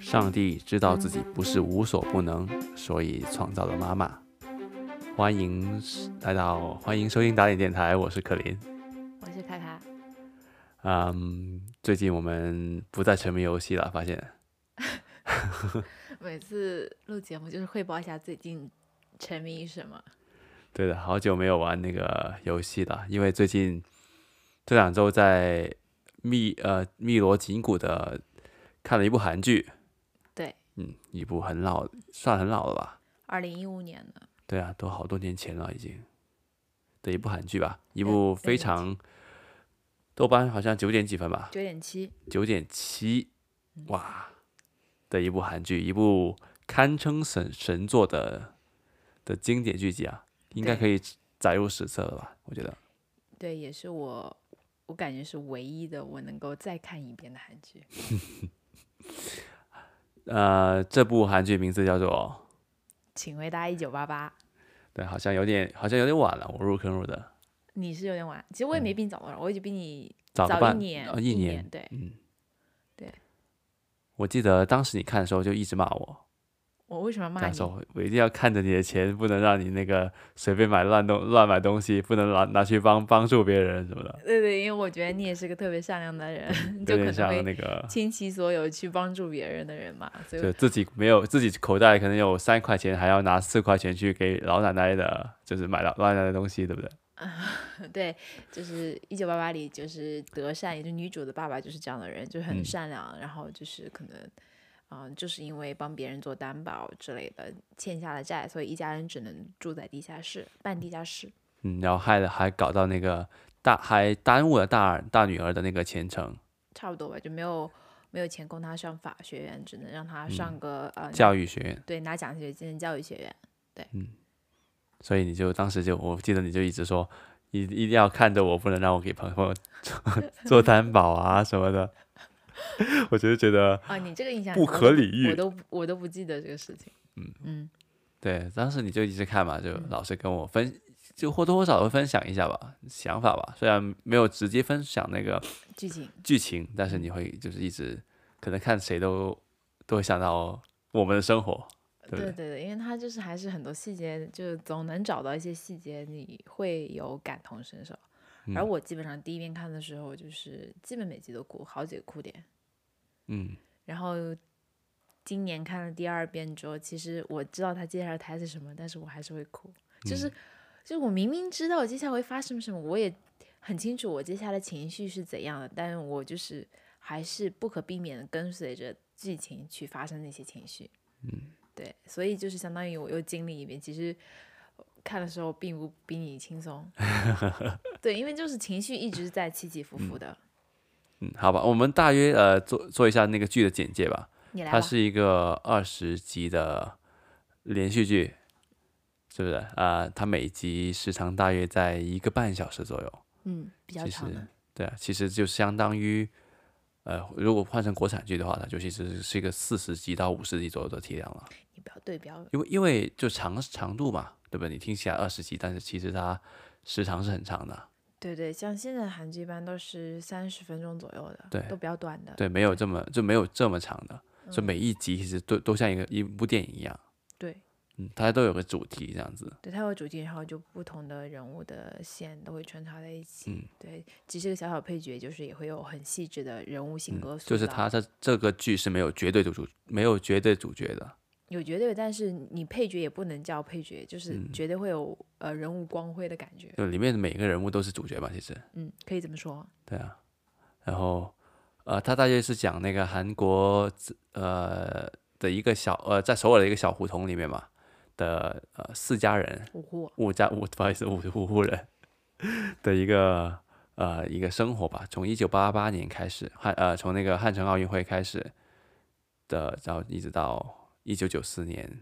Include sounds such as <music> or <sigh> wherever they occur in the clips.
上帝知道自己不是无所不能，所以创造了妈妈。欢迎来到，欢迎收听打点电台，我是可林。我是卡卡，嗯，最近我们不再沉迷游戏了，发现 <laughs> 每次录节目就是汇报一下最近沉迷于什么。对的，好久没有玩那个游戏了，因为最近这两周在密呃密罗紧谷的看了一部韩剧，对，嗯，一部很老，算很老了吧？二零一五年的，对啊，都好多年前了已经的一部韩剧吧，一对部对非常豆瓣好像九点几分吧，九点七，九点七，嗯哇的一部韩剧，一部堪称神神作的的经典剧集啊，应该对可以载入史册了吧？我觉得，对，也是我，我感觉是唯一的我能够再看一遍的韩剧。呃，这部韩剧名字叫做，请回答一九八八，对，好像有点，好像有点晚了，我入坑入的你是有点晚，其实我也没比你早多少，我已经比嗯你早个早半一年，呃一一年，对，嗯，对。我记得当时你看的时候就一直骂我，我为什么骂讲你？说我一定要看着你的钱，不能让你那个随便买乱东乱买东西，不能拿拿去帮帮助别人什么的，对对，因为我觉得你也是个特别善良的人，嗯 <laughs> 就有点可能像会那个倾其所有去帮助别人的人嘛，所以就自己没有自己口袋可能有三块钱，还要拿四块钱去给老奶奶的，就是买老老奶奶的东西，对不对？ <laughs> 对，就是《一九八八》里，就是德善，也就是女主的爸爸，就是这样的人，就是很嗯善良，然后就是可能，嗯、就是因为帮别人做担保之类的，欠下了债，所以一家人只能住在地下室，半地下室。嗯，然后害了还搞到那个大，还耽误了大大女儿的那个前程，差不多吧，就没有没有钱供他上法学院，只能让嗯他上个、呃教育学院。对拿奖学金的教育学院。所以你就当时就，我记得你就一直说，一一定要看着我，不能让我给朋友 <laughs> 做做担保啊什么的。 <laughs> 我就觉得啊，你这个印象不我可都理喻我。都不我都不记得这个事情。嗯嗯，对，当时你就一直看嘛，就老是跟我分，就或多或少会分享一下吧，想法吧。虽然没有直接分享那个剧情剧情，但是你会就是一直可能看谁都都会想到我们的生活，对不对对？对对，因为他就是还是很多细节，就是总能找到一些细节，你会有感同身受。而我基本上第一遍看的时候，就是基本每集都哭，好几个哭点。嗯，然后今年看了第二遍之后，其实我知道他接下来的台词是什么，但是我还是会哭。就是，嗯就是我明明知道接下来会发生什么，我也很清楚我接下来情绪是怎样的，但是我就是还是不可避免的跟随着剧情去发生那些情绪。嗯，对，所以就是相当于我又经历一遍，其实。看的时候并不比你 <laughs> 轻松，对，因为就是情绪一直在起起伏伏的。嗯，好吧，我们大约呃做做一下那个剧的简介吧。你来它，吧是一个二十集的连续剧，是不是？啊、它每集时长大约在一个半小时左右。嗯，比较其长实的，对啊，其实就相当于，呃，如果换成国产剧的话，它就其实是一个四十集到五十集左右的体量了。你不要对标因为因为就长长度嘛，对不对？你听起来二十集，但是其实它时长是很长的，对对，像现在韩剧一般都是三十分钟左右的，对都比较短的。对，没有这么就没有这么长的，嗯所以每一集其实都都像一个一部电影一样，对嗯，它都有个主题这样子，对，它有主题，然后就不同的人物的线都会穿插在一起。嗯对，只是个小小配角，就是也会有很细致的人物性格嗯塑造。就是它这这个剧是没有绝对主主没有绝对主角的，有绝对，但是你配角也不能叫配角，就是嗯绝对会有、呃人物光辉的感觉。就里面的每个人物都是主角嘛，其实，嗯，可以这么说。对啊，然后呃，他大约是讲那个韩国呃的一个小呃在首尔的一个小胡同里面嘛的呃四家人五户五家五不好意思五五户人 <laughs> 的一个呃一个生活吧，从一九八八年开始汉呃从那个汉城奥运会开始的，然后一直到一九九四年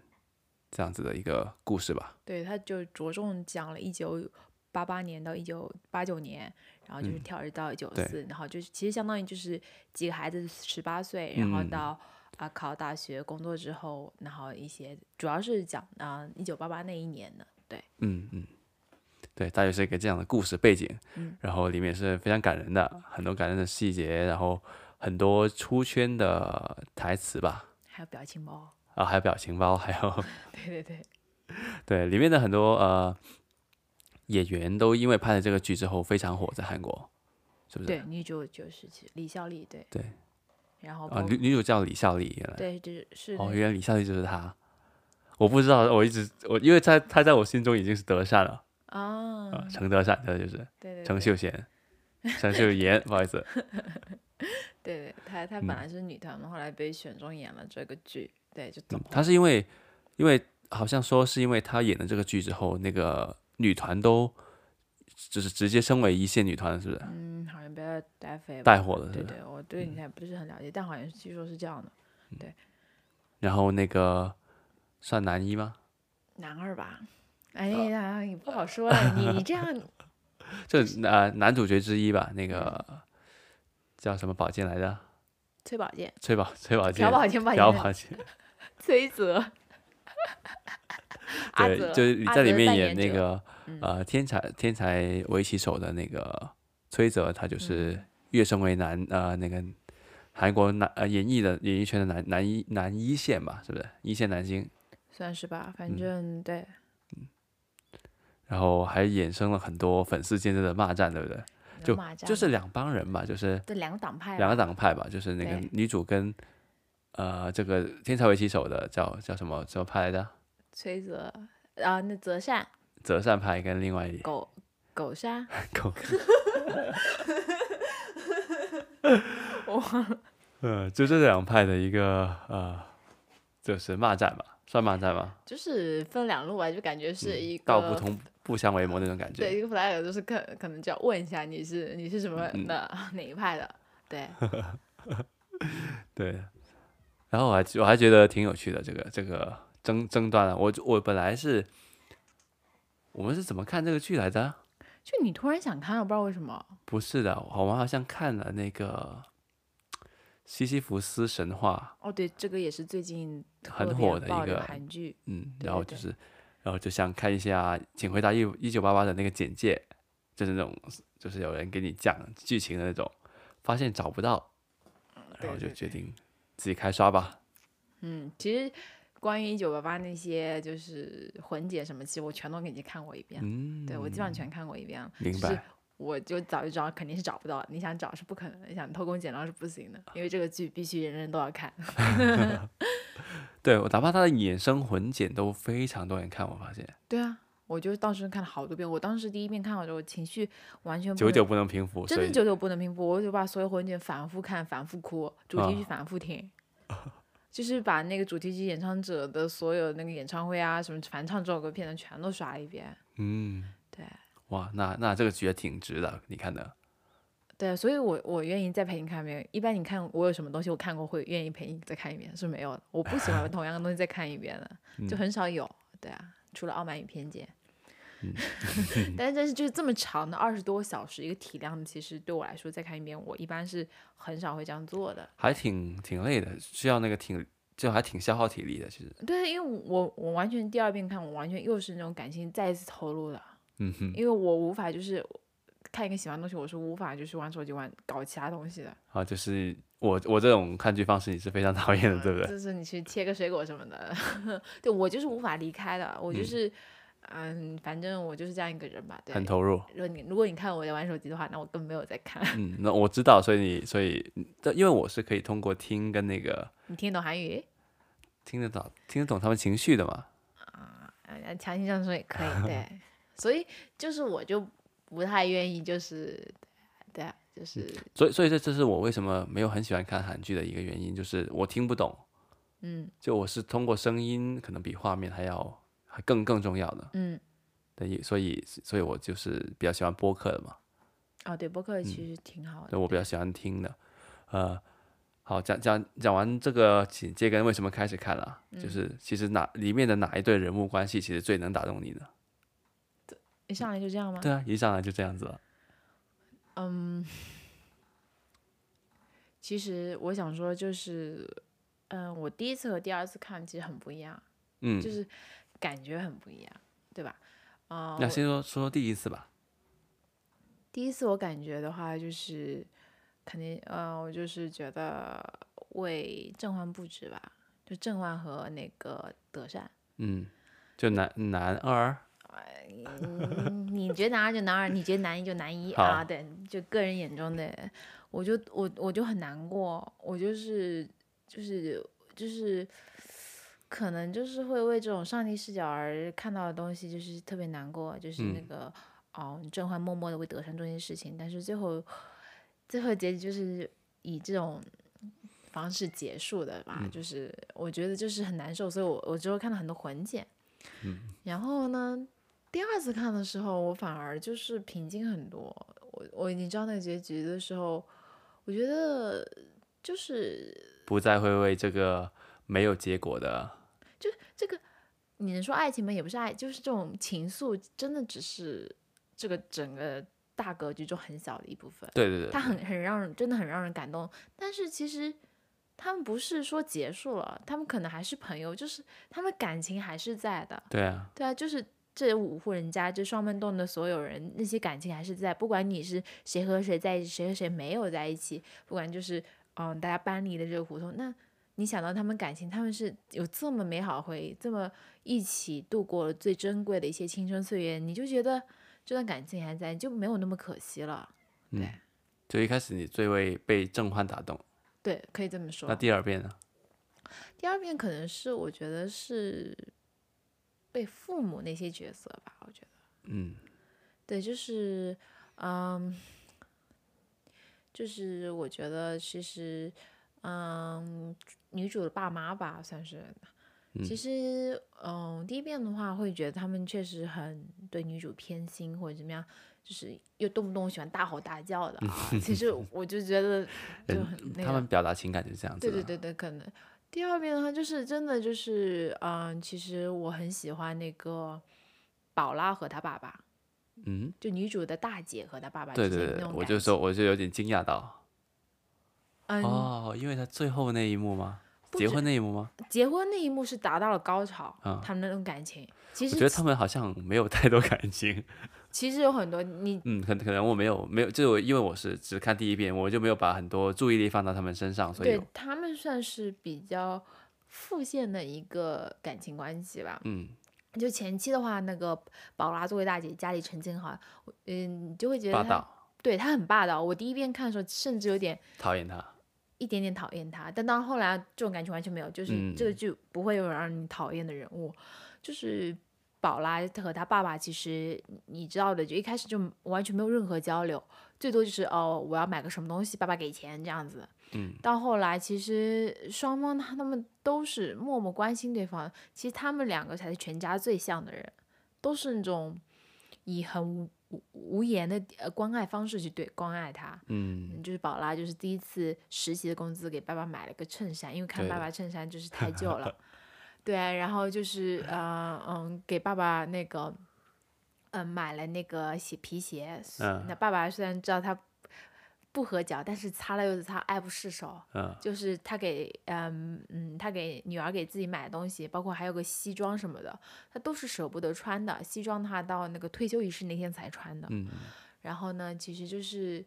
这样子的一个故事吧。对，他就着重讲了一九八八年到一九八九年，然后就是嗯跳到一九对四，然后就是其实相当于就是几个孩子十八岁，然后嗯到啊、考大学、工作之后，然后一些主要是讲啊一九八八那一年的，对，嗯嗯，对，大约是一个这样的故事背景，嗯然后里面是非常感人的，很多感人的细节，然后很多出圈的台词吧，还有表情包， <laughs> 啊，还有表情包，还有 <laughs> 对对对，对里面的很多呃演员都因为拍了这个剧之后非常火，在韩国，是不是？对女主就是其李孝利，对对，然后啊，包女女主叫李孝利，原来对就是是哦，那原来李孝利就是她，我不知道，我一直我因为在她在我心中已经是德善了啊啊、，程德善，她就是对对对程秀贤，程秀妍，不好意思，对对，她嗯她本来是女团嘛，后来被选中演了这个剧，对，就走嗯了。她是因为因为好像说是因为她演了这个剧之后，那个女团都就是直接升为一线女团，是不是？嗯，好像被她带飞吧。带火了，是对不是？对，我对嗯你还不是很了解，但好像是据说是这样的，然后那个算男一吗？男二吧。哎啊呀，也不好说了，你你这样就呃男主角之一吧，那个叫什么宝剑来着？崔宝剑、崔宝崔宝剑朴，宝剑、宝啊朴剑、宝剑，崔泽、 <laughs> 阿对，泽，就是阿在里泽面扮演那者个嗯呃天才天才围棋手的那个崔泽，他嗯就是跃升为男呃那个韩国男呃演艺的演艺圈的男男一男一线吧，是不是一线男星？算是吧，反嗯正对，然后还衍生了很多粉丝间的骂战，对不对？有就马就是战两帮人吧，就是对两个党派啊两吧个党派吧，就是那个对女主跟呃这个天才围棋手的叫叫什么什么派来着？崔泽啊，那泽善择善派跟另外一狗狗善， <laughs> 狗，<laughs> 我忘了呃，就这两派的一个呃，就是骂战吧，算骂战吧，就是分两路吧，就感觉是一嗯个道不同不相为谋那种感呃对，觉。一个 flyer 就是可可能就要问一下你是你是什么嗯的、 <laughs> 哪一派的，对对，然后我还我还觉得挺有趣的这个这个争争端啊，我我本来是我们是怎么看这个剧来着？就你突然想看，我不知道为什么，不是的，我们好像看了那个《西西弗斯神话哦，对，这个也是最近很特别火的一爆个韩剧，》，嗯，对然后对就对是，然后就想看一下《请回答一一九八八》的那个简介，就是那种就是有人给你讲剧情的那种，发现找不到，然后嗯对就对决定自己开刷吧。嗯，其实关于一九八八那些就是混剪什么，其实我全都给你看过一遍，嗯，对我基本上全看过一遍了，明就是白。我就早就知道肯定是找不到，你想找是不可能的，想偷工减料是不行的，因为这个剧必须人人都要看。 <laughs> 对我哪怕它的衍生混剪都非常多人看，我发现对啊，我就当时看了好多遍。我当时第一遍看完之后，我情绪完全不久能久不能平复，真所的以久久不能平复，我就把所有混剪反复看、反复哭，主题啊曲反复听， <laughs> 就是把那个主题曲演唱者的所有那个演唱会啊、什么翻唱这首歌片段全都刷了一遍。嗯，对哇，那那这个剧也挺值的，你看的。对，所以我我愿意再陪你看一遍。一般你看我有什么东西我看过会愿意陪你再看一遍是没有的，我不喜欢同样的东西再看一遍 <laughs> 嗯的，就很少有。对啊，除了《傲慢与偏见》嗯 <laughs> 但是但是就是这么长的二十多个小时一个体量的，其实对我来说再看一遍，我一般是很少会这样做的。还挺挺累的，需要那个挺就还挺消耗体力的，其实。对，因为我我完全第二遍看，我完全又是那种感情再一次投入了，嗯哼，因为我无法就是看一个喜欢的东西，我是无法就是玩手机玩搞其他东西的。啊，就是我我这种看剧方式你是非常讨嗯厌的，对不对？就是你去切个水果什么的， <laughs> 对我就是无法离开的，我就是，嗯反正我就是这样一个人吧。对很，投入。如果你如果你看我在玩手机的话，那我根本没有在看。 <laughs> 嗯，那我知道，所以你所以这因为我是可以通过听跟那个你听得懂韩语？听得到听得懂他们情绪的嘛。呃，强行这样说也可 <laughs> 以，对。所以就是我就不太愿意，就是，对啊，就是，所以所以这这是我为什么没有很喜欢看韩剧的一个原因，就是我听不懂，嗯就我是通过声音可能比画面还要还更更重要的。嗯，对，所以所以我就是比较喜欢播客的嘛。哦，对，播客嗯其实挺好的。对我比较喜欢听的。呃，好，讲讲讲完这个简介跟为什么开始看了啊，嗯就是其实哪里面的哪一对人物关系其实最能打动你呢？ <laughs> 一上来就这样吗？对啊，一上来就这样子了。嗯，其实我想说就是，嗯，我第一次和第二次看其实很不一样，嗯就是感觉很不一样，对吧？啊、那先说说第一次吧。第一次我感觉的话，就是肯定，呃，我就是觉得为郑焕不止吧，就郑焕和那个德善。嗯，就男男二，嗯，你觉得男二就男二，你觉得男一就男一好啊？对，就个人眼中的，我就我我就很难过，我就是就是就是，可能就是会为这种上帝视角而看到的东西，就是特别难过，就是那个、哦，郑焕默默的为德善做一些事情，但是最后最后结局就是以这种。方式结束的吧，就是我觉得就是很难受，所以我我之后看了很多混剪，然后呢，第二次看的时候，我反而就是平静很多。我我已经知道那个结局的时候，我觉得就是不再会为这个没有结果的，这个，你能说爱情吗？也不是爱，就是这种情愫，真的只是这个整个大格局中很小的一部分。对对它对，很很让人真的很让人感动。但是其实他们不是说结束了，他们可能还是朋友，就是他们感情还是在的。对啊，对啊，就是这五户人家，这双门洞的所有人，那些感情还是在，不管你是谁和谁在一起，谁和谁没有在一起，不管就是嗯，大家搬离的这个胡同，那你想到他们感情，他们是有这么美好的回忆，这么一起度过了最珍贵的一些青春岁月，你就觉得这段感情还在，就没有那么可惜了。嗯，就一开始你最为被郑焕打动，哦对，可以这么说。那第二遍呢？第二遍可能是我觉得是被父母那些角色吧，我觉得。嗯，对，就是，嗯，就是我觉得其实，嗯，女主的爸妈吧，算是，其实，嗯，第一遍的话会觉得他们确实很对女主偏心或者怎么样，就是又动不动喜欢大吼大叫的啊。<laughs> 其实我就觉得就很那嗯他个们表达情感就是这样子对的，对对对，可能第二遍的话，就是真的就是，嗯，其实我很喜欢那个宝拉和他爸爸，嗯，就女主的大姐和她爸爸对之对间的对，那种我感就情说我就有点惊讶到，嗯，哦，因为他最后那一幕吗？不结止婚那一幕吗？嗯结婚那一幕是达到了高潮，啊他们那种感情，其我觉得实他们好像没有太多感情，其实有很多你嗯，可可能我没有没有，就是我因为我是只看第一遍，我就没有把很多注意力放到他们身上，所以对我他们算是比较复线的一个感情关系吧。嗯，就前期的话，那个宝拉作为大姐，家里成绩很好，我嗯，你就会觉霸得她道，对她很霸道。我第一遍看的时候，甚至有点讨厌他，一点点讨厌他，但到后来这种感觉完全没有，就是嗯这个剧不会有让你讨厌的人物，就是宝拉和他爸爸，其实你知道的，就一开始就完全没有任何交流，最多就是哦我要买个什么东西，爸爸给钱这样子。嗯，到后来其实双方他他们都是默默关心对方，其实他们两个才是全家最像的人，都是那种以很无无无言的呃关爱方式去对关爱他。嗯，嗯就是宝拉，就是第一次实习的工资给爸爸买了个衬衫，因为看对爸的爸衬衫就是太旧 <laughs> 了，对，然后就是呃嗯，给爸爸那个嗯买了那个鞋皮鞋，嗯那爸爸虽然知道他不合脚，但是擦了又擦，爱不释手。嗯就是他给嗯嗯，他给女儿给自己买的东西，包括还有个西装什么的，他都是舍不得穿的。西装的话，到那个退休仪式那天才穿的。嗯，然后呢，其实就是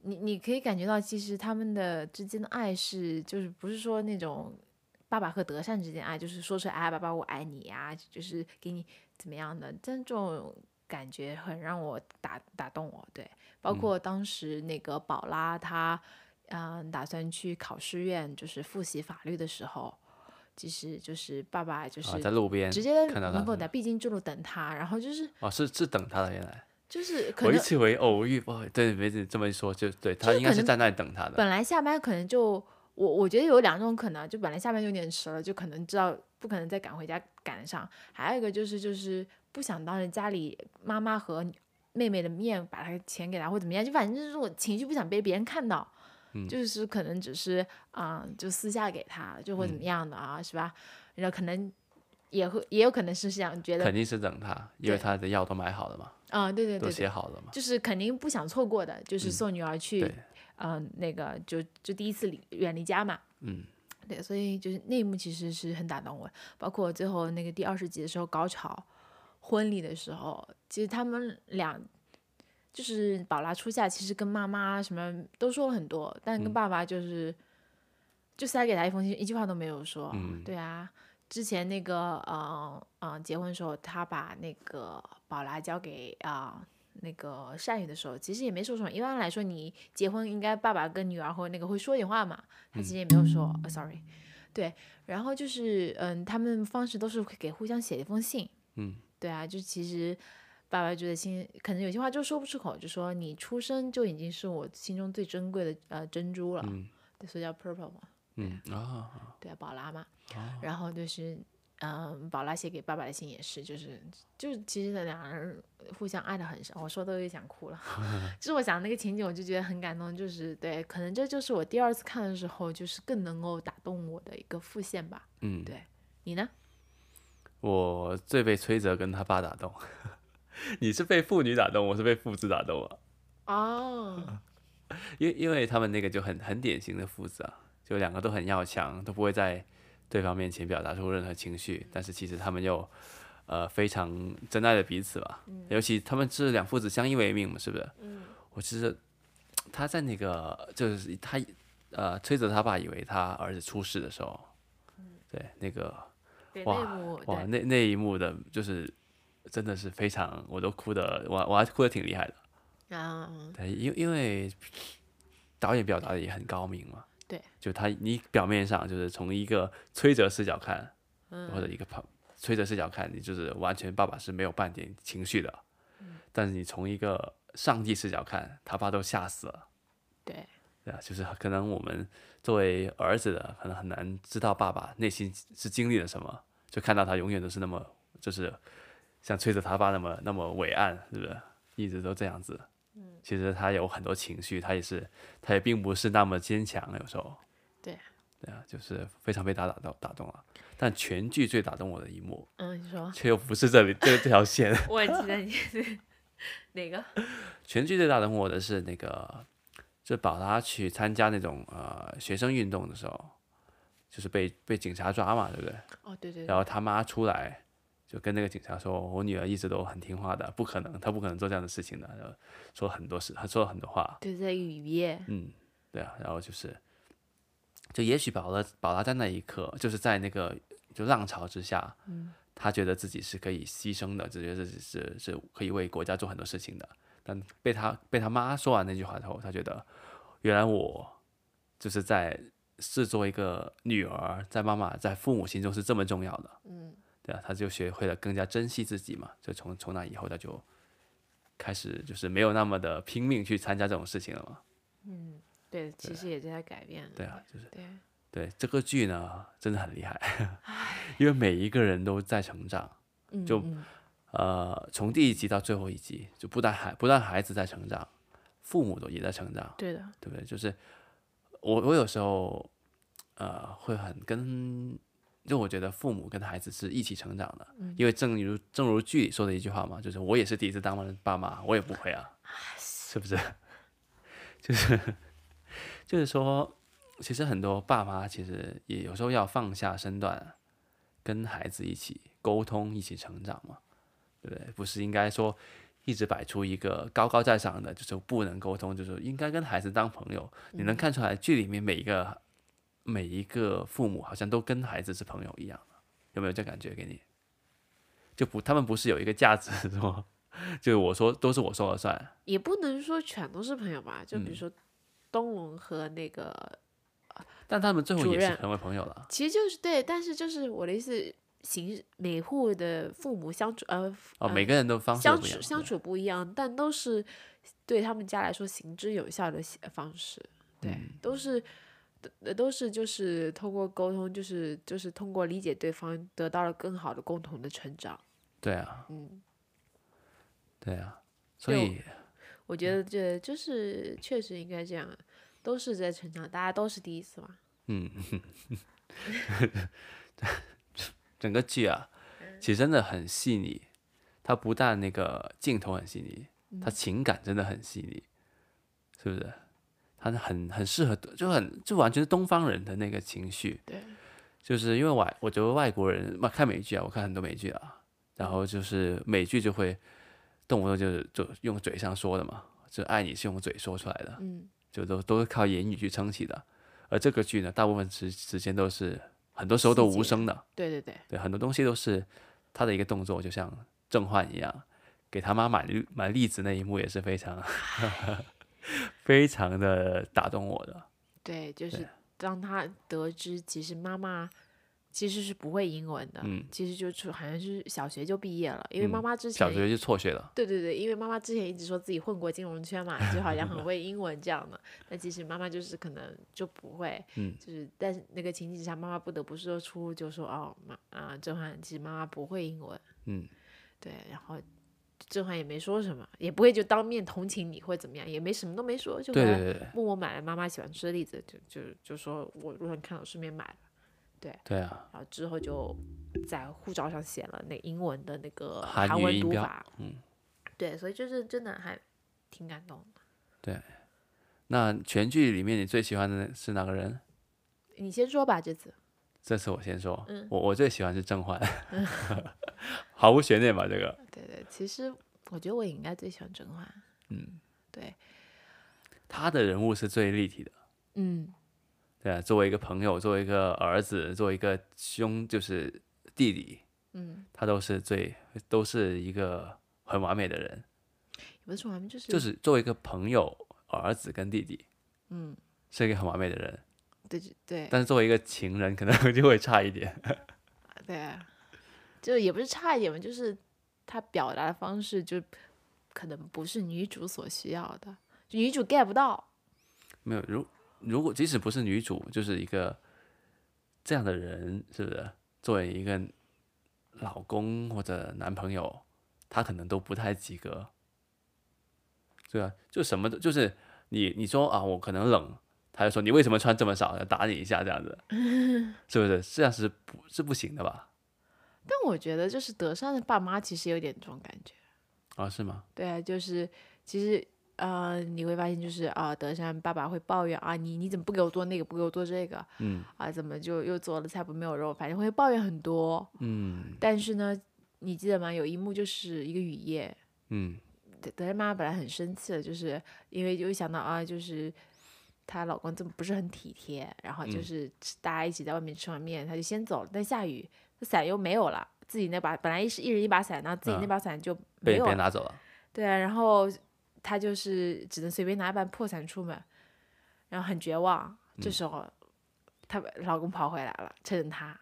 你你可以感觉到，其实他们的之间的爱是，就是不是说那种爸爸和德善之间爱，就是说出来哎，爸爸我爱你呀、就是给你怎么样的，但这种感觉很让我打打动我。对，包括嗯当时那个宝拉她，嗯、打算去考试院就是复习法律的时候，其实就是爸爸就是啊，在路边直接看到嗯他在门口是吗的必经之路等他，然后就是哦，是是等他的原来，就是可我能一直以为偶遇，哦，对，没这么一说，就对他是应该可是能在那里等他的，本来下班可能就我我觉得有两种可能，就本来下班有点迟了，就可能知道不可能再赶回家赶得上，还有一个就是就是不想当着家里妈妈和妹妹的面把她钱给她或怎么样，就反正就是我情绪不想被别人看到。就是可能只是啊、就私下给她，就会怎么样的啊，是吧？然后可能也会，也有可能是想觉得，肯定是等他，因为对他的药都买好了嘛，啊、对对对都对，写好了嘛，就是肯定不想错过的，就是送女儿去，对嗯、那个就就第一次离远离家嘛，嗯，对，所以就是那一幕其实是很打动我，包括最后那个第二十集的时候高潮，婚礼的时候，其实他们俩就是宝拉出嫁，其实跟妈妈什么都说了很多，但跟爸爸就是、就塞给他一封信，一句话都没有说。嗯对啊，之前那个嗯嗯结婚的时候，他把那个宝拉交给啊、那个善宇的时候，其实也没说什么。一般来说，你结婚应该爸爸跟女儿或那个会说点话嘛，他其实也没有说、呃 s o r r y 对，然后就是嗯，他们方式都是会给互相写一封信，嗯，对啊，就其实爸爸觉得心，可能有些话就说不出口，就说你出生就已经是我心中最珍贵的呃珍珠了，嗯对所以叫 purple 嘛，嗯啊，对啊，宝拉嘛，哦然后就是。嗯，宝拉写给爸爸的信也是，就是就是，其实两人互相爱的很深，我说都有点想哭 <laughs> 了。就是我想那个情景，我就觉得很感动，就是对，可能这就是我第二次看的时候，就是更能够打动我的一个复现吧。嗯，对你呢？我最被崔泽跟他爸打动。 <laughs> 你是被父女打动，我是被父子打动啊。哦，因因为他们那个就很很典型的父子啊，就两个都很要强，都不会在对方面前表达出任何情绪，但是其实他们又呃非常真爱的彼此吧。尤其他们是两父子相依为命嘛，是不是？嗯。我其实他在那个就是他呃崔泽他爸以为他儿子出事的时候，对那个对内哇幕，哇对，那那一幕的就是真的是非常我都哭的我我还哭的挺厉害的。嗯，对，因因为导演表达的也很高明嘛。对，就他你表面上就是从一个崔哲视角看，嗯或者一个旁崔哲视角看，你就是完全爸爸是没有半点情绪的，嗯但是你从一个上帝视角看，他爸都吓死了。对，对啊，就是可能我们作为儿子的，可能很难知道爸爸内心是经历了什么，就看到他永远都是那么，就是像崔着他爸那么那么伟岸，是不是？一直都这样子。嗯，其实他有很多情绪，他也是，他也并不是那么坚强，有时候。对。对啊，就是非常被他打到打动了。但全剧最打动我的一幕，嗯，你说，却又不是这里这这条线。我也记得你哪个？全剧最打动我的是那个，就宝拉去参加那种呃学生运动的时候，就是被被警察抓嘛，对不对？ <laughs> 哦，对对对然，后他妈出来就跟那个警察说：“我女儿一直都很听话的，不可能，她不可能做这样的事情的。”然后说很多事，她说了很多话。对在雨夜，嗯，对啊，然后就是，就也许宝拉宝拉在那一刻，就是在那个就浪潮之下，嗯，他觉得自己是可以牺牲的，只觉得自己是是可以为国家做很多事情的。但被他被他妈说完那句话之后，他觉得原来我就是在是做一个女儿，在妈妈在父母心中是这么重要的，嗯，对啊，他就学会了更加珍惜自己嘛，就从从那以后他就。开始就是没有那么的拼命去参加这种事情了嘛，对，其实也在改变了。对啊，就是对，对这个剧呢，真的很厉害， <laughs> 因为每一个人都在成长。嗯，就嗯呃，从第一集到最后一集，就不但孩不但孩子在成长，父母都也在成长，对的，对不对？就是我我有时候呃会很跟，就我觉得父母跟孩子是一起成长的，因为正如正如剧里说的一句话嘛，就是我也是第一次当爸妈，我也不会啊，是不是？ <laughs> 就是就是说，其实很多爸妈其实也有时候要放下身段，跟孩子一起沟通，一起成长嘛，对不对？不是应该说一直摆出一个高高在上的，就是不能沟通，就是应该跟孩子当朋友。嗯你能看出来剧里面每一个每一个父母好像都跟孩子是朋友一样的，有没有这感觉给你？就不，他们不是有一个价值说， <laughs> 就是我说都是我说了算，也不能说全都是朋友吧，就嗯比如说东龙和那个，但他们最后主也是任成为朋友了。其实就是对，但是就是我的意思，形每户的父母相处，呃，哦，呃每个人都方式相不一样处相对处不一样，但都是对他们家来说行之有效的写方式。对，嗯都是都都是就是通过沟通，就是就是通过理解对方，得到了更好的共同的成长。对啊，嗯，对啊，所对以我嗯觉得这就是确实应该这样，都是在成长，大家都是第一次嘛。嗯，整个剧啊，其实真的很细腻。它不但那个镜头很细腻，它情感真的很细腻，是不是？它很很适合，就很就完全是东方人的那个情绪。对，就是因为外，我觉得外国人嘛，看美剧啊，我看很多美剧啊，然后就是美剧就会动不动就是就用嘴上说的嘛，就爱你是用嘴说出来的，嗯，就都都是靠言语去撑起的。而这个剧呢，大部分时时间都是很多时候都细无节声的，对对对，对，很多东西都是他的一个动作，就像郑焕一样，给他妈买绿买栗子那一幕也是非常 <laughs> 非常的打动我的。对，就是当他得知其实妈妈其实是不会英文的，嗯其实就出好像是小学就毕业了，因为妈嗯妈之前、小学就辍学了，对对对，因为妈妈之前一直说自己混过金融圈嘛，就好像很会英文这样的，那其实妈妈就是可能就不会，嗯就是但是那个情景下，妈妈不得不说出就说哦妈啊，郑焕其实妈妈不会英文，嗯，对，然后。郑焕也没说什么，也不会就当面同情你或怎么样，也没什么都没说，就对回对来对对默默买了妈妈喜欢吃的栗子，就就就说我路上看到顺便买了，对啊，然后之后就在护照上写了那英文的那个韩韩语文音读标法，嗯，对，所以就是真的还挺感动的。那全剧里面你最喜欢的是哪个人？你先说吧，这次这次我先说，我我最喜欢是郑焕，毫无悬念吧？这个对对，其实我觉得我也应该最喜欢甄嬛，嗯，对，他的人物是最立体的，嗯，对啊，作为一个朋友，作为一个儿子，作为一个兄，就是弟弟，嗯，他都是最都是一个很完美的人，也不是说完美，就是就是作为一个朋友、儿子跟弟弟，嗯，哎是一个很完美的人，对对但是作为一个情人，可能 <laughs> 就会差一点。对，啊就也不是差一点吧，就是他表达的方式就可能不是女主所需要的，就女主 get 不到，没有，如如果即使不是女主，就是一个这样的人，是不是？作为一个老公或者男朋友，他可能都不太及格。对啊，就什么都就是你你说啊，我可能冷，他就说你为什么穿这么少，要打你一下这样 <laughs> 子，是不是？这样是不是不行的吧？但我觉得就是德善的爸妈其实有点这种感觉。啊，是吗？对啊，就是其实呃，你会发现就是啊、德善爸爸会抱怨啊，你你怎么不给我做那个，不给我做这个，嗯啊，怎么就又做了菜谱没有肉，反正会抱怨很多。嗯但是呢，你记得吗？有一幕就是一个雨夜，嗯德德善妈妈本来很生气的，就是因为又想到啊，就是。她老公这么不是很体贴，然后就嗯是吃大家一起在外面吃完面，她就先走了。但下雨，她伞又没有了，自己那把本来是一人一把伞，然后自己那嗯把伞就没被别有了。人拿走了。对啊，然后他就是只能随便拿一把破伞出门，然后很绝望。嗯这时候，她老公跑回来了，趁 <laughs> 着她，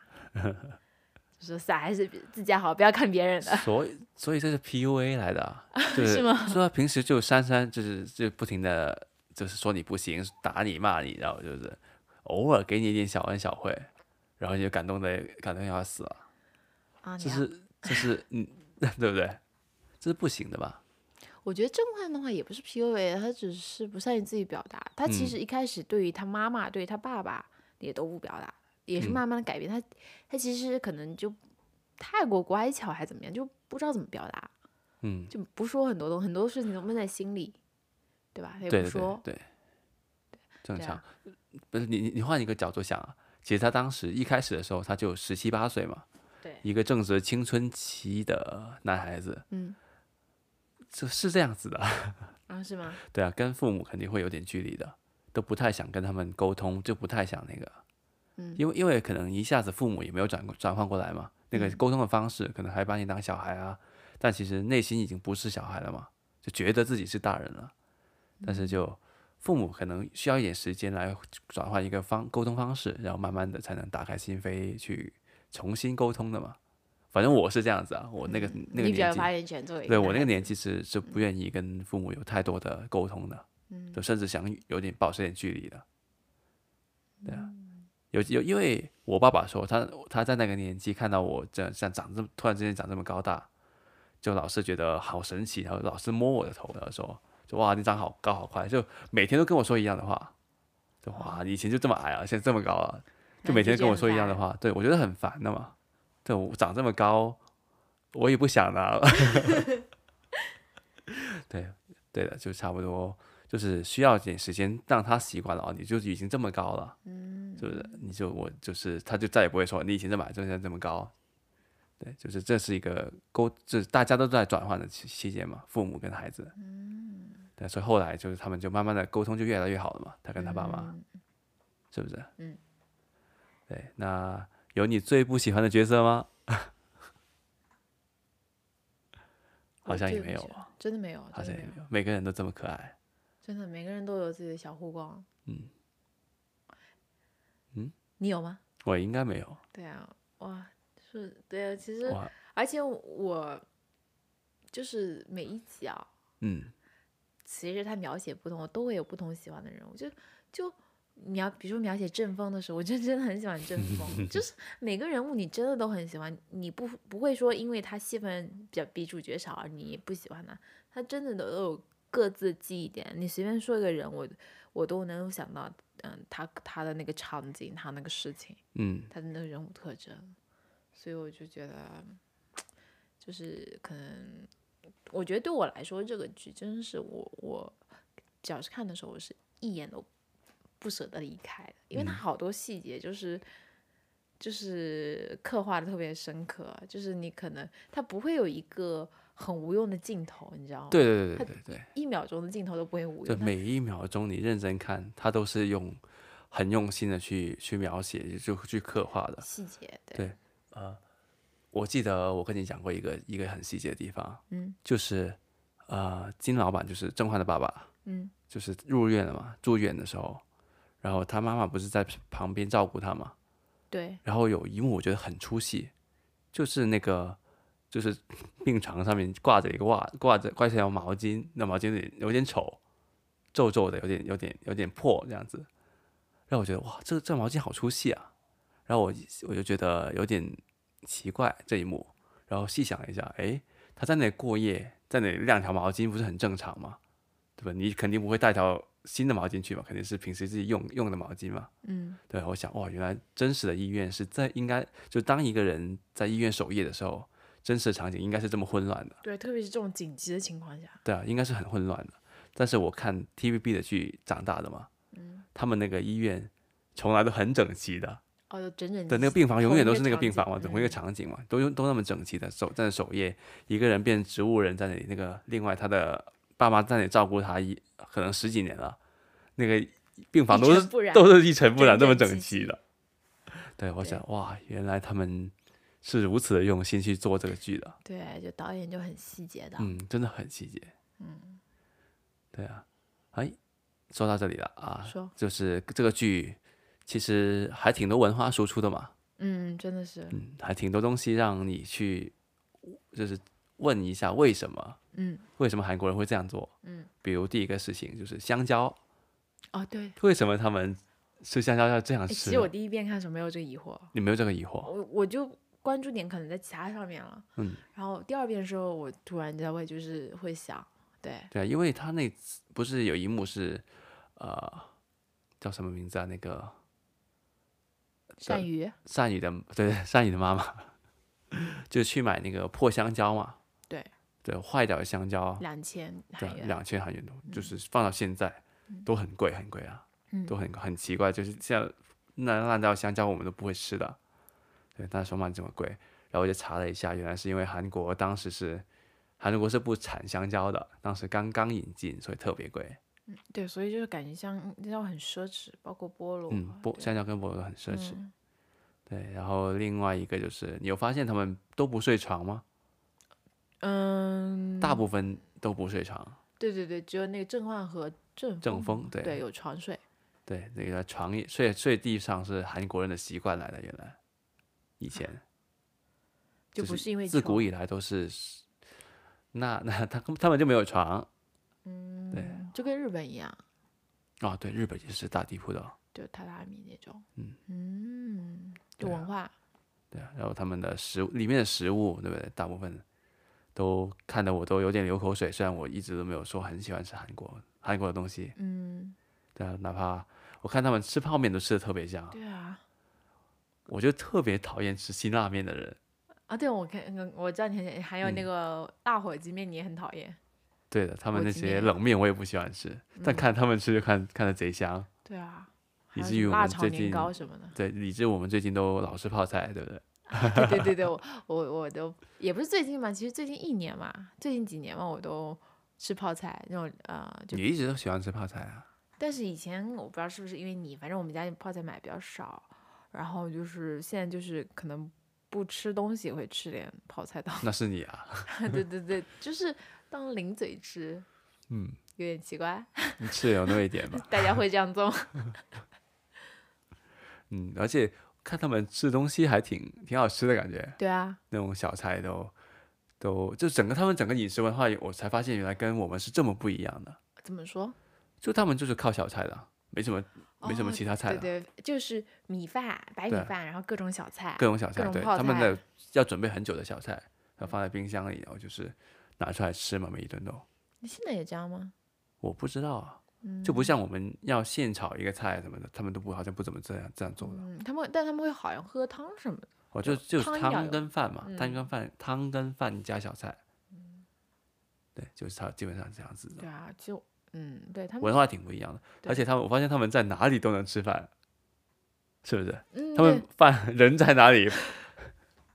就说伞还是比自家好，不要看别人的。 <laughs> 所以，所以这是 PUA 来的啊，就是吗 <laughs> 说他平时就珊珊就是就不停的就是说你不行，打你骂你，然后就是偶尔给你一点小恩小惠，然后你就感动的感动要死了，啊，你这啊是这是嗯， <laughs> 对不对？这是不行的吧？我觉得郑焕的话也不是 PUA，他只是不善于自己表达。他其嗯实一开始对于他妈妈、对于他爸爸也都不表达，也嗯是慢慢的改变。他他其实可能就太过乖巧，还怎么样，就不知道怎么表达。嗯，就不说很多东很多事情都闷在心里，对吧？他也对对不说对，对，正对常啊。不是你你你换一个角度想啊，其实他当时一开始的时候他就十七八岁嘛，对一个正值青春期的男孩子，嗯，这是这样子的。啊，是吗？对啊，跟父母肯定会有点距离的，都不太想跟他们沟通，就不太想那个，嗯因为因为可能一下子父母也没有转过转换过来嘛，那个嗯沟通的方式可能还把你当小孩啊，但其实内心已经不是小孩了嘛，就觉得自己是大人了，但嗯是就父母可能需要一点时间来转换一个方沟通方式，然后慢慢的才能打开心扉去重新沟通的嘛。反正我是这样子啊，我那个、那个嗯你比较年有纪，发言权作为一对男我那孩个年纪是是不愿意跟父母有太多的沟通的，嗯，就甚至想有点保持点距离的，对啊，有有因为我爸爸说他他在那个年纪看到我这样像长这么突然之间长这么高大，就老是觉得好神奇，然后老是摸我的头，然后说就哇你长好高好快，就每天都跟我说一样的话，就哇你以前就这么矮啊，现在这么高啊，就那每你就天跟觉得我很说一样的烦话，对我觉得很烦的嘛，对我长这么高，我也不想了。对，对的，就差不多，就是需要点时间让他习惯了啊，你就已经这么高了，嗯，是不是？你就我就是，他就再也不会说你以前这么矮，就现在这么高，对，就是这是一个沟，这大家都在转换的期期间嘛，父母跟孩子，嗯，对，所以后来就是他们就慢慢的沟通就越来越好了嘛，他跟他爸妈，是不是？嗯，对，那有你最不喜欢的角色吗？ <laughs> 好像也没有啊，啊，真的没有，好真像的也没没有，有，每个人都这么可爱，真的每个人都有自己的小护光。嗯，你有吗？我应该没有，对啊，哇，是，对啊，其实哇，而且我就是每一集啊，嗯其实他描写不同，我都会有不同喜欢的人物。就就描，比如说描写郑峰的时候，我真真的很喜欢郑峰，就是每个人物你真的都很喜欢，你不不会说因为他戏份比较比主角少而你不喜欢他，他真的都有各自记忆点。你随便说一个人，我我都能想到，嗯，他他的那个场景，他那个事情，嗯，他的那个人物特征，所以我就觉得，就是可能，我觉得对我来说，这个剧真是我我只要是看的时候，我是一眼都不舍得离开的，因为嗯它好多细节就是。就是刻画的特别深刻，啊就是你可能它不会有一个很无用的镜头，你知道吗？对对他对对对对。一秒钟的镜头都不会无对，用。它每一秒钟你认真看，它都是用很用心的去去描写，就去刻画的。细节，对，对我记得我跟你讲过一个一个很细节的地方，嗯，就是呃，金老板就是郑焕的爸爸，嗯，就是入院了嘛，住院的时候，然后他妈妈不是在旁边照顾他嘛，对，然后有一幕我觉得很出戏，就是那个就是病床上面挂着一个袜，挂着挂着条毛巾，那毛巾有点有点丑，皱皱的，有点有点有点破这样子，让我觉得哇，这这毛巾好出戏啊！然后我我就觉得有点奇怪这一幕，然后细想一下，诶，他在那里过夜，在那里晾条毛巾不是很正常吗？对吧？你肯定不会带条新的毛巾去嘛，肯定是平时自己用用的毛巾嘛。嗯，对，我想哇，原来真实的医院是在应该就当一个人在医院守夜的时候，真实的场景应该是这么混乱的，对，特别是这种紧急的情况下，对啊，应该是很混乱的。但是我看 TVB 的剧长大的嘛，嗯，他们那个医院从来都很整齐的，哦，就整整对，那个齐病房永同远一都个是那个场病景嗯房嘛，同一个场景嘛，都用都那么整齐的守在那守夜，一个人变植物人在那里，那个另外他的爸妈在那里照顾他一可能十几年了，那个病房一都尘是不染都是一尘不染，整那么整整齐齐的。对，我对想哇，原来他们是如此的用心去做这个剧的，对，就导演就很细节的。嗯，真的很细节，嗯，对啊，哎，说到这里了啊，说，就是这个剧其实还挺多文化输出的嘛，嗯，真的是，嗯，还挺多东西让你去，就是问一下为什么，嗯，为什么韩国人会这样做？嗯，比如第一个事情就是香蕉，哦，对，为什么他们吃香蕉要这样吃诶哎其实呢？我第一遍看的时候没有这个疑惑，你没有这个疑惑？我我就关注点可能在其他上面了。嗯，然后第二遍的时候，我突然间会就是会想，对，对啊，因为他那次不是有一幕是，呃，叫什么名字啊？那个鳝鱼，善宇的，对，善宇的妈 <laughs> 妈，就去买那个破香蕉嘛。对。对，坏掉的香蕉，两千对啊韩，元，两千韩元多，嗯就是放到现在都很贵，很贵啊，都很很奇怪，就是像那烂掉的香蕉我们都不会吃的，对，但是说嘛这么贵，然后我就查了一下，原来是因为韩国当时是韩国是不产香蕉的，当时刚刚引进，所以特别贵，对，所以就是感觉像要很奢侈，包括菠萝，嗯，菠哦对香蕉跟菠萝很奢侈，嗯对，然后另外一个就是你有发现他们都不睡床吗？嗯，大部分都不睡床，对对对，只有那个郑焕和郑正峰风对对有床睡，对，那个床也睡睡地上是韩国人的习惯来的，原来以前。就就不是因为自古以以来都是，那那他他们就没有床对就跟日本一样，啊、对，日本也是大地铺的，哦就榻榻米那种，嗯嗯就对啊文化，对啊。然后他们的食物里面的食物，对不对？大部分都看得我都有点流口水。虽然我一直都没有说很喜欢吃韩国韩国的东西，嗯，对啊，哪怕我看他们吃泡面都吃的特别香，对啊，我就特别讨厌吃辛辣面的人。啊，对，我看我知道你很还有嗯那个辣火鸡面，你也很讨厌，对的，他们火那鸡些面冷面我也不喜欢吃，但看他们吃就看看着贼香。对啊，以还有至什于么我辣们炒最年近糕什么的， <laughs> 对，以致我们最近都老吃泡菜，对不对？啊对对对对，我我我都也不是最近嘛，其实最近一年嘛，最近几年嘛，我都吃泡菜那种呃，就你一直都喜欢吃泡菜啊？但是以前我不知道是不是因为你，反正我们家泡菜买比较少，然后就是现在就是可能不吃东西也会吃点泡菜 <laughs> 当，那是你啊？ <laughs> 对对对，就是当零嘴吃，嗯，有点奇怪，你嗯吃得有那么一点吧？ <laughs> 大家会这样做吗？ <laughs> 嗯，而且看他们吃东西还挺挺好吃的感觉，对啊，那种小菜都都就整个他们整个饮食文化，我才发现原来跟我们是这么不一样的。怎么说？就他们就是靠小菜的，没什么没什么哦其他菜的，对对，就是米饭、白米对饭，然后各种小菜。各种小各菜，种对泡他们的菜要准备很久的小菜，然后放在冰箱里，然后就是拿出来吃嘛，每一顿都。你现在也这样吗？嗯我不知道啊，就不像我们要现炒一个菜什么的，他们都不好像不怎么这样这样做的。嗯，他们但他们会好像喝汤什么的。我哦就就就汤是要汤有嗯跟饭嘛，汤跟饭汤跟饭加小菜，对，就是他基本上这样子的对啊，就嗯，对他们，文化挺不一样的。对而且他们，我发现他们在哪里都能吃饭，是不是？嗯，他们对饭人在哪 <laughs> 里，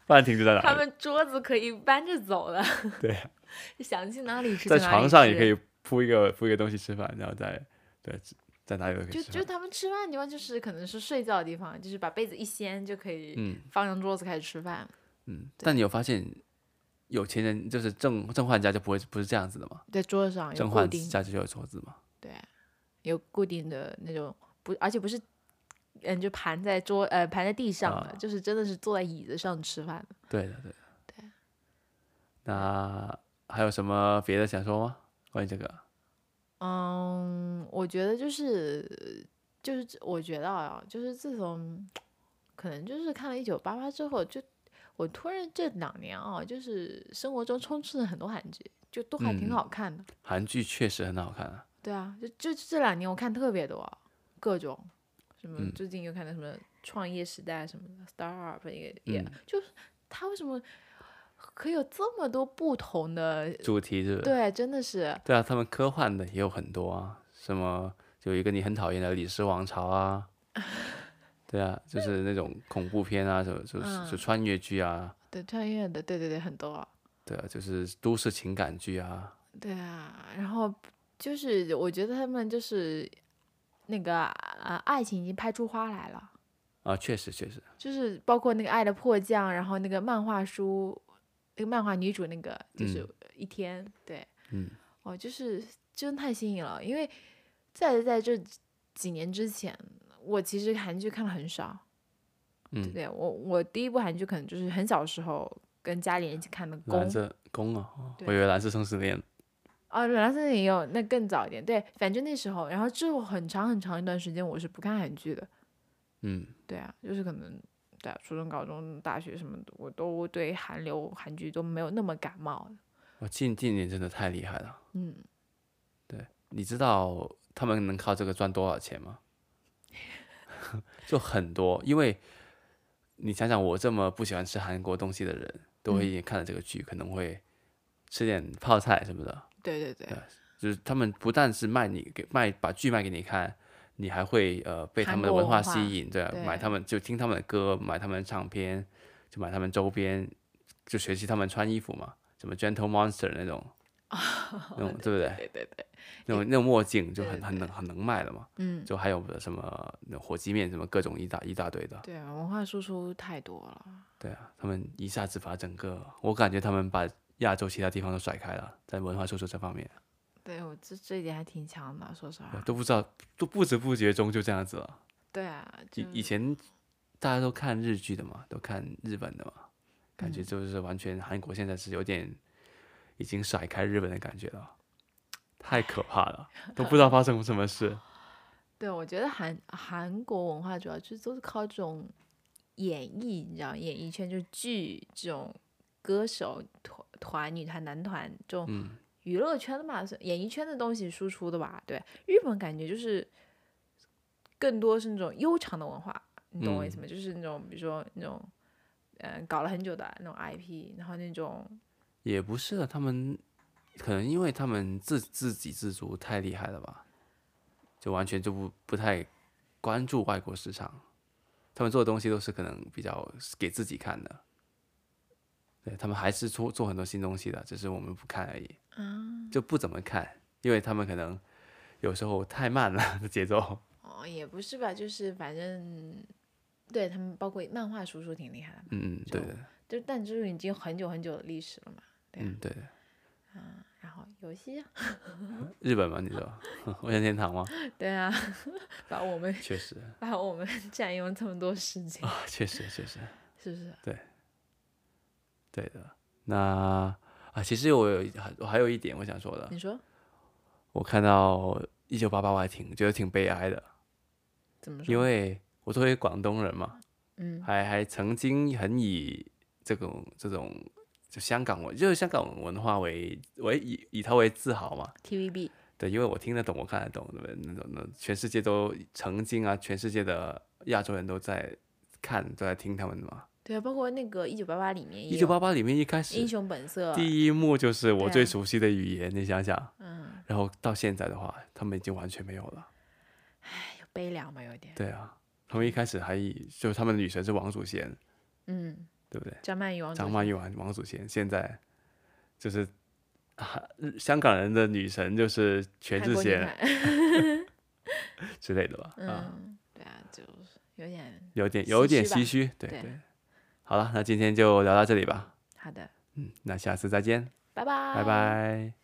饭厅就在哪里。他们桌子可以搬着走的。对， <laughs> 想去哪里吃在去哪里床上也吃可。以铺一个铺一个东西吃饭，然后在对在哪里都可就以吃就饭。他们吃饭的地方，就是可能是睡觉的地方，就是把被子一掀就可以嗯放上桌子开始吃饭。嗯，但你有发现，有钱人就是正正换家就不会不是这样子的嘛？在桌子啊上有正固换定，家就有桌子嘛？对，有固定的那种不，而且不是，嗯，就盘在桌呃盘在地上的，啊就是真的是坐在椅子上吃饭的。对的，对的。那还有什么别的想说吗？关于这个，嗯，我觉得就是就是这我觉得啊，就是自从可能就是看了《一九八八》之后，就我突然这两年啊，就是生活中充斥了很多韩剧，就都还挺嗯好看的。韩剧确实很好看啊。对啊，就就这两年我看特别多，各种什么嗯最近又看到什么《创业时代》什么的，《Star》也也、嗯就是他为什么可以有这么多不同的？主题是不是？呃对，真的是对啊，他们科幻的也有很多啊，什么有一个你很讨厌的《李氏王朝》 <laughs> 啊，对啊，就是那种恐怖片啊，就就是就嗯穿越剧啊，对穿越的，对对对，很多。对啊，就是都市情感剧啊，对啊，然后就是我觉得他们就是那个呃，爱情已经拍出花来了，啊，确实确实，就是包括那个《爱的迫降》，然后那个漫画书，那个漫画女主那个就是嗯一天，对。嗯哦，就是真太新颖了，因为在在这几年之前，我其实韩剧看了很少，对不嗯，对？我我第一部韩剧可能就是很小时候跟家里人一起看的《宫蓝》色宫啊，哦我以对为蓝色生死恋，哦，《蓝色也有，那更早一点，对，反正那时候，然后之后很长很长一段时间我是不看韩剧的，嗯对啊，就是可能对啊，初中、高中、大学什么的，我都对韩流、韩剧都没有那么感冒的，我近近年真的太厉害了，嗯，你知道他们能靠这个赚多少钱吗？ <laughs> 就很多，因为你想想，我这么不喜欢吃韩国东西的人，都会看了这个剧，可能会吃点泡菜什么的。对对对，就是他们不但是卖你给卖把剧卖给你看，你还会呃被他韩们的国文化文化吸引，对啊，买对他们就听他们的歌，买他们的唱片，就买他们周边，就学习他们穿衣服嘛，什么 Gentle Monster 那 <laughs> 种，那种对不对？哦对对对，那种那种墨镜就对很对很能很能卖的嘛，嗯，就还有什么那火鸡面什么各种一大一大堆的，对啊，文化输出太多了。对啊，他们一下子把整个，我感觉他们把亚洲其他地方都甩开了，在文化输出这方面，对我这这一点还挺强的，说实对话。都不知道都不知不觉中就这样子了。对啊，就以以前大家都看日剧的嘛，都看日本的嘛，感觉嗯就是完全韩国现在是有点已经甩开日本的感觉了，太可怕了，都不知道发生什么事。对我觉得韩韩国文化主要就是都是靠这种演艺，你知道，演艺圈就是剧这种歌手团团女团男团这种嗯娱乐圈的嘛，演艺圈的东西输出的吧。对，日本感觉就是更多是那种悠长的文化，你懂我意思吗？就是那种比如说那种嗯、呃搞了很久的那种 IP，然后那种也不是啊，他们可能因为他们自自给自足太厉害了吧，就完全就不不太关注外国市场，他们做的东西都是可能比较给自己看的，对他们还是做做很多新东西的，只是我们不看而已，啊就不怎么看，因为他们可能有时候太慢了节奏，哦，也不是吧，就是反正对他们，包括漫画叔叔挺厉害的嘛，嗯嗯，对的，就但这种已经很久很久的历史了嘛。对啊嗯对的，然后游戏啊， <laughs> 日本嘛，你 <laughs> 说任天堂吗？对啊， <laughs> 把我们 <laughs> 确实 <laughs> 把我们占用这么多时间，啊，确实确实。是不是？对的，那啊，其实我有还我还有一点我想说的，你说我看到一九八八我还挺觉得挺悲哀的，怎么说？因为我作为广东人嘛，嗯，还还曾经很以这种这种就香港文就是香港文化为为以以它为自豪嘛， TVB 对，因为我听得懂，我看得懂，对不对？那种那全世界都曾经啊，全世界的亚洲人都在看，都在听他们的嘛。对啊，包括那个一九八八里面也一九有八八里面一开英始雄本色，第一幕就是我哎对最啊熟悉的语言，你想想。嗯，然后到现在的话，他们已经完全没有了。有悲凉嘛，有点，对啊，他们一开始还以就是他们的女神是王祖贤，嗯，对不对？张曼玉王张祖曼贤玉王王祖贤，现在就是、啊、日香港人的女神就是全韩智国女贤孩 <laughs> 之类的吧？啊，嗯，对啊，就是有点有点唏有点嘘吧唏嘘，对对对。好了，那今天就聊到这里吧。好的，嗯，那下次再见，拜拜，拜。拜